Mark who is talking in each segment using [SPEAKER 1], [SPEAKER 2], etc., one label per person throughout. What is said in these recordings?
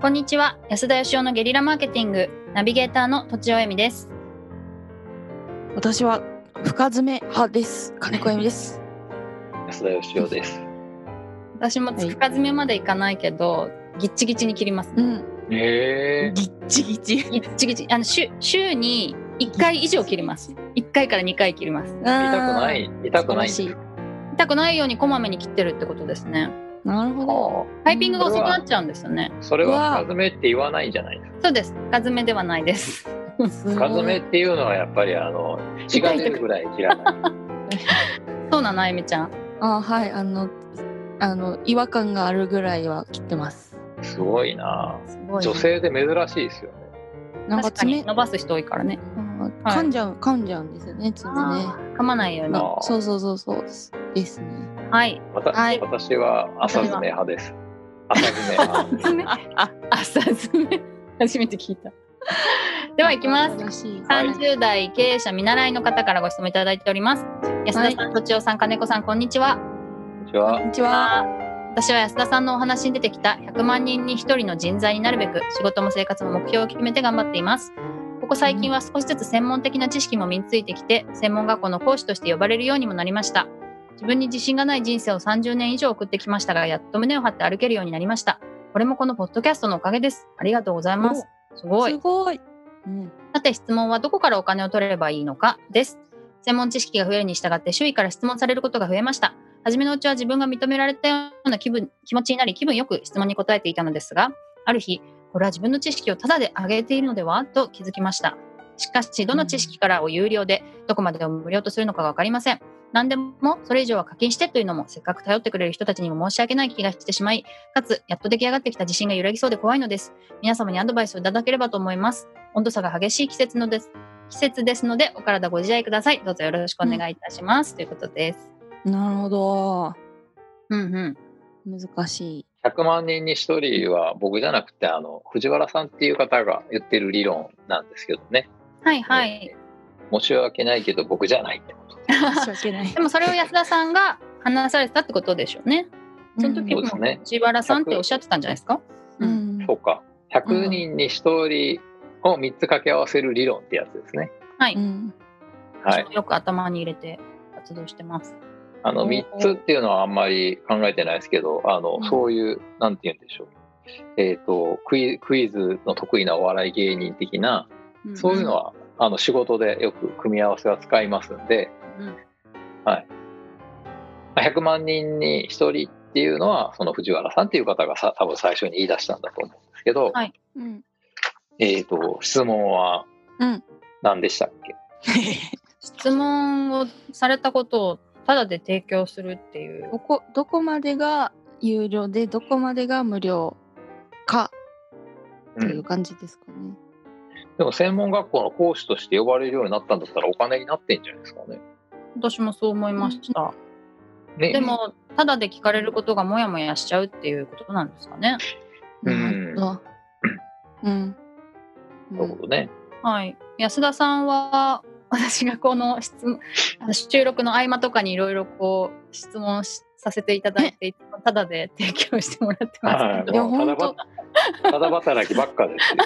[SPEAKER 1] こんにちは安田義生のゲリラマーケティングナビゲーターの土地尾恵美です
[SPEAKER 2] 私は深爪派です。金子由美です。
[SPEAKER 3] 安田義雄です。
[SPEAKER 1] 私も
[SPEAKER 2] はい
[SPEAKER 1] 深爪までいかないけど、ギッチギチに切ります、
[SPEAKER 2] うん。
[SPEAKER 3] え
[SPEAKER 2] ギッチギチ。
[SPEAKER 1] ギッチギチあの週週に1回以上切ります1回から2回切ります
[SPEAKER 2] 痛く
[SPEAKER 3] 痛くない。痛くない。
[SPEAKER 2] しい。
[SPEAKER 1] 痛くないようにこまめに切ってるってことですね
[SPEAKER 2] なるほど。
[SPEAKER 3] あ
[SPEAKER 1] タイピングが遅くなっちゃうんですよね
[SPEAKER 3] あ、それは深爪って言わないじゃないですか。
[SPEAKER 1] そうです深爪ではないです
[SPEAKER 2] すごい
[SPEAKER 3] 深爪っていうのはやっぱりあの血が出るぐらい切らない。
[SPEAKER 1] そうなのあゆみちゃん
[SPEAKER 2] あはいあのあの違和感があるぐらいは切ってます。
[SPEAKER 3] すごいな。
[SPEAKER 1] すごい
[SPEAKER 3] 女性で珍しいですよね。
[SPEAKER 2] なんか
[SPEAKER 1] 確かに
[SPEAKER 2] 爪
[SPEAKER 1] 伸ばす人多いからね
[SPEAKER 2] あ
[SPEAKER 1] はい
[SPEAKER 2] 噛んじゃう、噛んじゃうんですよね爪ね。
[SPEAKER 1] 噛まないように
[SPEAKER 3] あ
[SPEAKER 2] あそうそうそうそうですですね。
[SPEAKER 1] はい
[SPEAKER 3] わた
[SPEAKER 2] はい
[SPEAKER 3] 私は浅爪派です。浅爪派。
[SPEAKER 1] 爪
[SPEAKER 2] あ
[SPEAKER 1] 浅爪初めて聞いたでは行きます
[SPEAKER 2] らしい。
[SPEAKER 3] はい
[SPEAKER 1] 30代経営者見習いの方からご質問いただいております安田さん、とちおさん金子さんこんにちは
[SPEAKER 3] こんにちは
[SPEAKER 2] こん。にちは。
[SPEAKER 1] 私は安田さんのお話に出てきた100万人に1人の人材になるべく仕事も生活も目標を決めて頑張っていますここ最近は少しずつ専門的な知識も身についてきて専門学校の講師として呼ばれるようにもなりました自分に自信がない人生を30年以上送ってきましたがやっと胸を張って歩けるようになりましたこれもこのポッドキャストのおかげですありがとうございますすごい
[SPEAKER 2] すごい。うん。
[SPEAKER 1] さて質問はどこからお金を取れればいいのかです。専門知識が増えるに従って周囲から質問されることが増えました。初めのうちは自分が認められたような気分気持ちになり気分よく質問に答えていたのですがある日これは自分の知識をただで上げているのではと気づきました。しかしどの知識からを有料でどこまでを無料とするのかが分かりません。何でもそれ以上は課金してというのもせっかく頼ってくれる人たちにも申し訳ない気がしてしまいかつやっと出来上がってきた自信が揺らぎそうで怖いのです皆様にアドバイスをいただければと思います温度差が激しい季節のです季節ですのでお体ご自愛くださいどうぞよろしくお願いいたします、ということです
[SPEAKER 2] なるほど。
[SPEAKER 1] うんうん
[SPEAKER 2] 難 しい。
[SPEAKER 3] 100万人に1人は僕じゃなくてあの藤原さんっていう方が言ってる理論なんですけどね。
[SPEAKER 1] はいはい、
[SPEAKER 3] 申し訳ないけど僕じゃないってこと。
[SPEAKER 2] 申し訳ない
[SPEAKER 1] で。もそれを安田さんが話されてたってことでしょうねその時
[SPEAKER 3] そ
[SPEAKER 1] も
[SPEAKER 3] うですね
[SPEAKER 1] 藤原さんっておっしゃってたんじゃないですか
[SPEAKER 2] う
[SPEAKER 1] うん
[SPEAKER 2] ん。
[SPEAKER 3] そうか。100人に1人を3つ掛け合わせる理論ってやつですね。
[SPEAKER 1] はい、
[SPEAKER 2] うん。
[SPEAKER 3] はい。
[SPEAKER 1] よく頭に入れて活動してます
[SPEAKER 3] あの
[SPEAKER 2] お
[SPEAKER 3] 3
[SPEAKER 2] ー
[SPEAKER 3] つっていうのはあんまり考えてないですけど、あの
[SPEAKER 2] うん
[SPEAKER 3] そういう、なんて言うんでしょう。えっ、とクイ、クイズの得意なお笑い芸人的な、そういうのは、あの仕事でよく組み合わせは使いますんで、
[SPEAKER 1] うん
[SPEAKER 3] まあ100万人に1人っていうのは、その藤原さんっていう方がさ多分最初に言い出したんだと思うんですけど、
[SPEAKER 1] はい
[SPEAKER 2] うん。
[SPEAKER 3] えっ、と、質問は
[SPEAKER 2] うん。
[SPEAKER 3] 何でしたっけ
[SPEAKER 1] 質問をされたことをただで提供するっていう
[SPEAKER 2] どこどこまでが有料でどこまでが無料かという感じですかね。
[SPEAKER 3] でも専門学校の講師として呼ばれるようになったんだったらお金になってんじゃないですかね。
[SPEAKER 1] 私もそう思いました
[SPEAKER 3] ね
[SPEAKER 1] でもただで聞かれることがモヤモヤしちゃうっていうことなんですかね
[SPEAKER 3] うん
[SPEAKER 2] なるほどうん。
[SPEAKER 3] なるほどね。
[SPEAKER 1] はい、安田さんは 私がこの質問あの収録の合間とかにいろいろこう質問しさせていただいていつもタダで提供してもらってますけ
[SPEAKER 2] いや
[SPEAKER 1] ど、
[SPEAKER 3] もう
[SPEAKER 2] 本当
[SPEAKER 3] ただばただ働きばっかです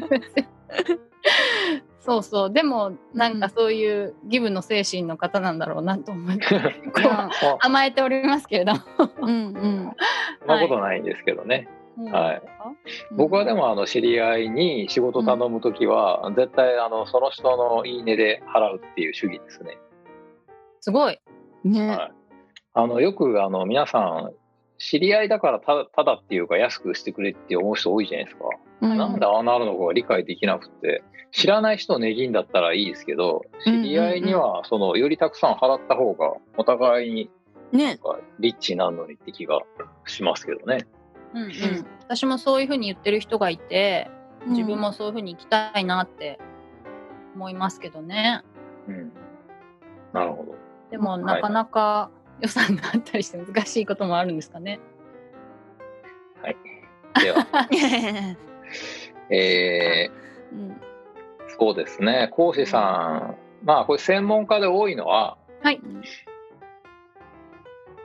[SPEAKER 3] よ。
[SPEAKER 1] そうそうでもなんかそういうギブの精神の方なんだろうなと思ってこう
[SPEAKER 2] まあ
[SPEAKER 3] そ
[SPEAKER 1] 甘えておりますけれども、
[SPEAKER 2] うんうん。
[SPEAKER 3] んなことないんですけどね。はい僕はでもあの知り合いに仕事頼むときは絶対あのその人のいいねで払うっていう主義ですね。
[SPEAKER 1] すごい、
[SPEAKER 2] ね、
[SPEAKER 3] はいあのよくあの皆さん知り合いだからたただっていうか安くしてくれって思う人多いじゃないですか。
[SPEAKER 2] うん
[SPEAKER 3] なんでああなるのかが理解できなくて知らない人をねぎんだったらいいですけど知り合いにはそのよりたくさん払った方がお互いに
[SPEAKER 2] ね、
[SPEAKER 3] なんかリッチになるのにって気がしますけどね。
[SPEAKER 1] うんうん、私もそういうふうに言ってる人がいて自分もそういうふうに行きたいなって思いますけどね。
[SPEAKER 3] うん、なるほど。
[SPEAKER 1] でも
[SPEAKER 3] い
[SPEAKER 1] なかなか予算があったりして難しいこともあるんですかね。
[SPEAKER 3] はい。では、
[SPEAKER 2] う
[SPEAKER 3] え
[SPEAKER 2] ん。
[SPEAKER 3] ーそうですね、講師さん、まあ、これ、専門家で多いのは、
[SPEAKER 1] はい。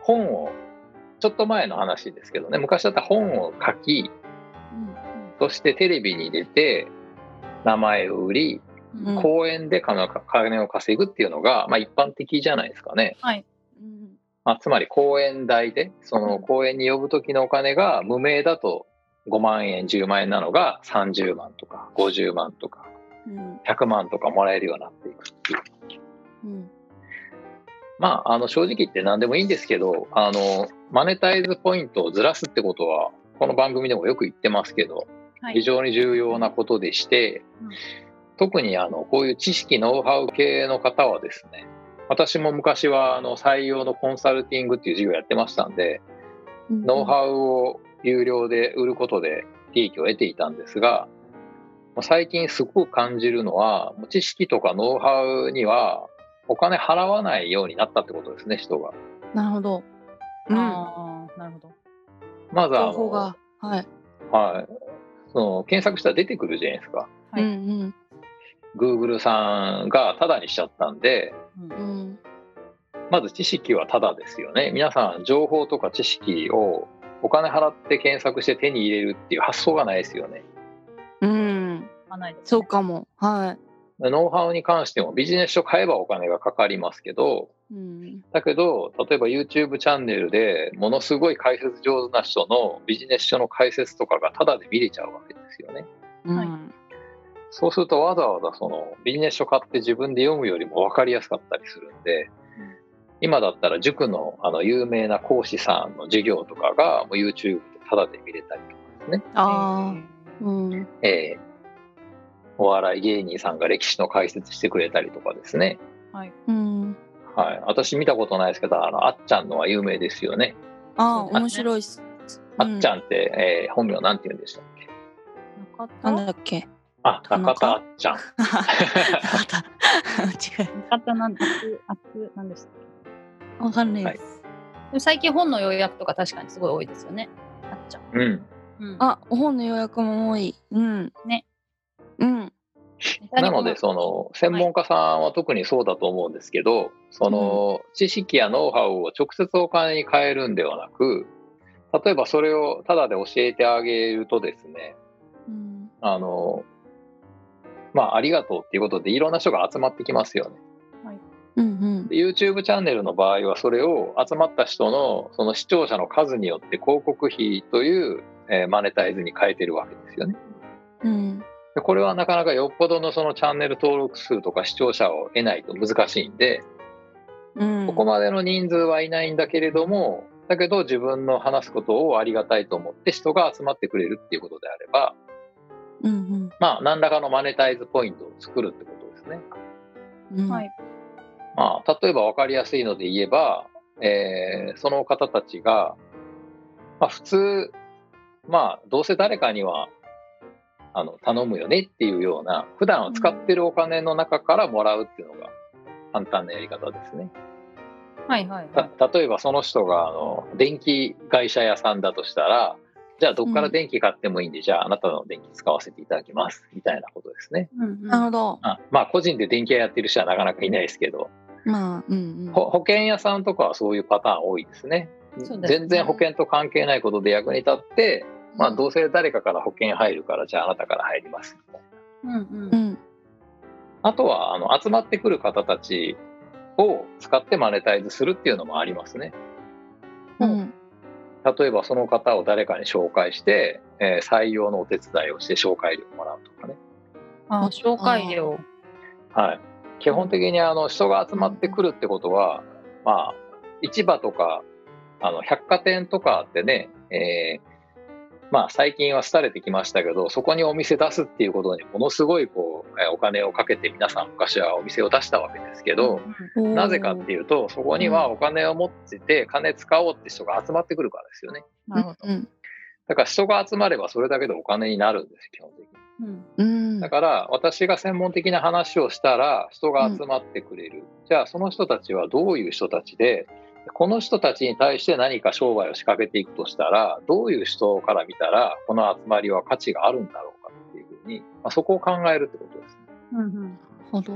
[SPEAKER 3] 本をちょっと前の話ですけどね昔だったら本を書きそしてテレビに出て名前を売り
[SPEAKER 2] うん
[SPEAKER 3] 公園で金を金を稼ぐっていうのが、まあ、一般的じゃないですかね、
[SPEAKER 2] うん
[SPEAKER 3] まあ、つまり公園代でその公園に呼ぶ時のお金が無名だと5万円10万円なのが30万とか50万とか
[SPEAKER 2] うん
[SPEAKER 3] 100万とかもらえるようになっていくっていう
[SPEAKER 2] うん
[SPEAKER 3] まあ、あの正直言って何でもいいんですけどあのマネタイズポイントをずらすってことはこの番組でもよく言ってますけど、
[SPEAKER 1] はい
[SPEAKER 3] 非常に重要なことでして、
[SPEAKER 1] うん
[SPEAKER 3] 特にあのこういう知識ノウハウ系の方はですね私も昔はあの採用のコンサルティングっていう授業やってましたんで、
[SPEAKER 2] うん
[SPEAKER 3] ノウハウを有料で売ることで利益を得ていたんですが、もう最近すごく感じるのは、もう知識とかノウハウにはお金払わないようになったってことですね、人が。
[SPEAKER 2] なるほど。うん、
[SPEAKER 1] ああ、なるほど。
[SPEAKER 3] まずあ
[SPEAKER 2] 情
[SPEAKER 3] の、
[SPEAKER 2] 報
[SPEAKER 3] は
[SPEAKER 2] が。はい。
[SPEAKER 3] い、その検索したら出てくるじゃないですか。
[SPEAKER 1] はい
[SPEAKER 2] うん
[SPEAKER 3] Google さんがタダにしちゃったんで、
[SPEAKER 1] うん
[SPEAKER 2] うんうん
[SPEAKER 3] まず知識はタダですよね。皆さん、情報とか知識をお金払って検索して手に入れるっていう発想がないですよね。
[SPEAKER 2] うん。
[SPEAKER 1] まあないです、ね。
[SPEAKER 2] そうかも。は
[SPEAKER 3] ノウハウに関してもビジネス書買えばお金がかかりますけど、
[SPEAKER 2] い。うん。
[SPEAKER 3] だけど、例えば YouTube チャンネルでものすごい解説上手な人のビジネス書の解説とかがタダで見れちゃうわけですよね。
[SPEAKER 2] うん
[SPEAKER 1] はい
[SPEAKER 3] そうするとわざわざそのビジネス書買って自分で読むよりも分かりやすかったりするんで、今だったら塾のあの有名な講師さんの授業とかがもう YouTube でタダで見れたりとかですね。
[SPEAKER 2] ああ。
[SPEAKER 1] えー
[SPEAKER 2] うん。
[SPEAKER 3] えーお笑い芸人さんが歴史の解説してくれたりとかですね。
[SPEAKER 2] うん。
[SPEAKER 3] はい、私見たことないですけどあのあっちゃんのは有名ですよね、
[SPEAKER 2] あ
[SPEAKER 1] そうで
[SPEAKER 2] あ、
[SPEAKER 1] すね
[SPEAKER 2] 面白いっす。
[SPEAKER 3] あっちゃ
[SPEAKER 2] うん
[SPEAKER 3] って、えー本名なんて言うんでしたっけ
[SPEAKER 1] 中
[SPEAKER 2] ん。な
[SPEAKER 1] 田
[SPEAKER 2] んだっけ。
[SPEAKER 3] あ
[SPEAKER 2] 田中
[SPEAKER 3] 中田あっちゃん
[SPEAKER 2] また違
[SPEAKER 1] 中田なんです。あつ、なんでしたっけ
[SPEAKER 2] う。わかんないです。
[SPEAKER 1] でも最近本の予約とか確かにすごい多いですよね。あっちゃん。
[SPEAKER 3] うん
[SPEAKER 1] うん、
[SPEAKER 2] あ、本の予約も多い。うん。
[SPEAKER 1] ね。
[SPEAKER 2] うん。
[SPEAKER 3] なのでその専門家さんは特にそうだと思うんですけどその知識やノウハウを直接お金に変えるんではなく例えばそれをただで教えてあげるとですね
[SPEAKER 2] うん。
[SPEAKER 3] あのまあありがとうっていうことでいろんな人が集まってきますよね
[SPEAKER 2] うん。
[SPEAKER 3] で YouTube チャンネルの場合はそれを集まった人のその視聴者の数によって広告費という、えーマネタイズに変えてるわけですよね。
[SPEAKER 2] うん。うん。
[SPEAKER 3] でこれはなかなかよっぽどのそのチャンネル登録数とか視聴者を得ないと難しいんで
[SPEAKER 2] うん。
[SPEAKER 3] ここまでの人数はいないんだけれどもだけど自分の話すことをありがたいと思って人が集まってくれるっていうことであれば
[SPEAKER 2] うん。
[SPEAKER 3] まあ何らかのマネタイズポイントを作るってことですね。
[SPEAKER 2] うん。
[SPEAKER 1] はい。
[SPEAKER 3] まあ、例えば分かりやすいので言えば、えーその方たちが、まあ、普通、まあ、どうせ誰かにはあの頼むよねっていうような普段使ってるお金の中からもらうっていうのが簡単なやり方ですね。
[SPEAKER 1] はいはいはい。
[SPEAKER 3] た例えばその人があの電気会社屋さんだとしたらじゃあどっから電気買ってもいいんで、じゃああなたの電気使わせていただきますみたいなことですね。
[SPEAKER 1] うんうん
[SPEAKER 2] なるほど。
[SPEAKER 3] あまあ個人で電気屋やってる人はなかなかいないですけど、
[SPEAKER 2] まあ、うん。うん
[SPEAKER 3] ほ保険屋さんとかはそういうパターン多いですね。
[SPEAKER 1] そうですね
[SPEAKER 3] 全然保険と関係ないことで役に立って、まあ、どうせ誰かから保険入るからじゃああなたから入りますみたいな
[SPEAKER 1] うん
[SPEAKER 2] う
[SPEAKER 1] うん。
[SPEAKER 2] ん。
[SPEAKER 3] あとはあの集まってくる方たちを使ってマネタイズするっていうのもありますね。
[SPEAKER 2] うん。
[SPEAKER 3] 例えばその方を誰かに紹介して、えー採用のお手伝いをして紹介料をもらうとかね。
[SPEAKER 1] あー、紹介料。
[SPEAKER 3] はい、基本的にあの人が集まってくるってことは、まあ、市場とかあの百貨店とかってね、えーまあ、最近は廃れてきましたけどそこにお店出すっていうことにものすごいこうえーお金をかけて皆さん昔はお店を出したわけですけど、
[SPEAKER 2] おー
[SPEAKER 3] なぜかっていうとそこにはお金を持ってて金使おうって人が集まってくるからですよね
[SPEAKER 1] なるほど。
[SPEAKER 2] うん。
[SPEAKER 3] だから人が集まればそれだけでお金になるんです基本的に。
[SPEAKER 1] うん
[SPEAKER 2] うん。
[SPEAKER 3] だから私が専門的な話をしたら人が集まってくれる、じゃあその人たちはどういう人たちでこの人たちに対して何か商売を仕掛けていくとしたらどういう人から見たらこの集まりは価値があるんだろうかっていうふうに、まあ、そこを考えるってことですね。
[SPEAKER 1] うんうん
[SPEAKER 2] なるほど。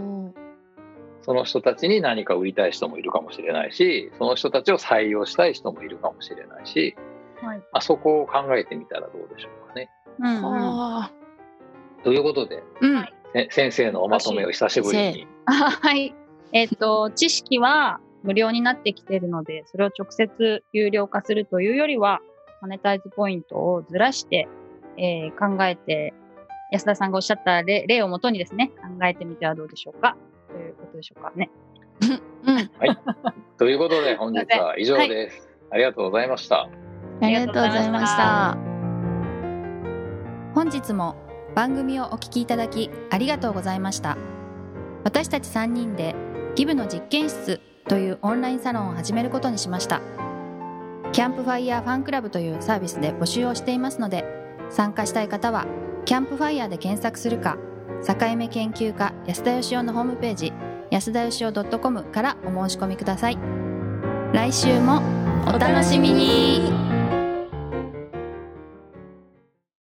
[SPEAKER 3] そその人たちに何か売りたい人もいるかもしれないし、その人たちを採用したい人もいるかもしれないし、
[SPEAKER 1] はい
[SPEAKER 3] まあ、そこを考えてみたらどうでしょうかね。
[SPEAKER 1] うんうん
[SPEAKER 2] あ
[SPEAKER 3] ということで、
[SPEAKER 2] ーうん。
[SPEAKER 1] はい
[SPEAKER 3] せ先生のおまとめを久しぶりに。
[SPEAKER 1] はい。えっ、と、知識は無料になってきているので、それを直接有料化するというよりは、マネタイズポイントをずらして、えー考えて、安田さんがおっしゃった例例をもとにですね、考えてみてはどうでしょうかということでしょうかね。
[SPEAKER 2] うん。
[SPEAKER 3] ということで、本日は以上です。ありがとうございました。
[SPEAKER 2] ありがとうございました。
[SPEAKER 1] 本日も番組をお聞きいただきありがとうございました私たち3人でギブの実験室というオンラインサロンを始めることにしましたキャンプファイヤーファンクラブというサービスで募集をしていますので参加したい方はキャンプファイヤーで検索するか境目研究家安田義雄のホームページ安田義雄 .com からお申し込みください来週もお楽しみに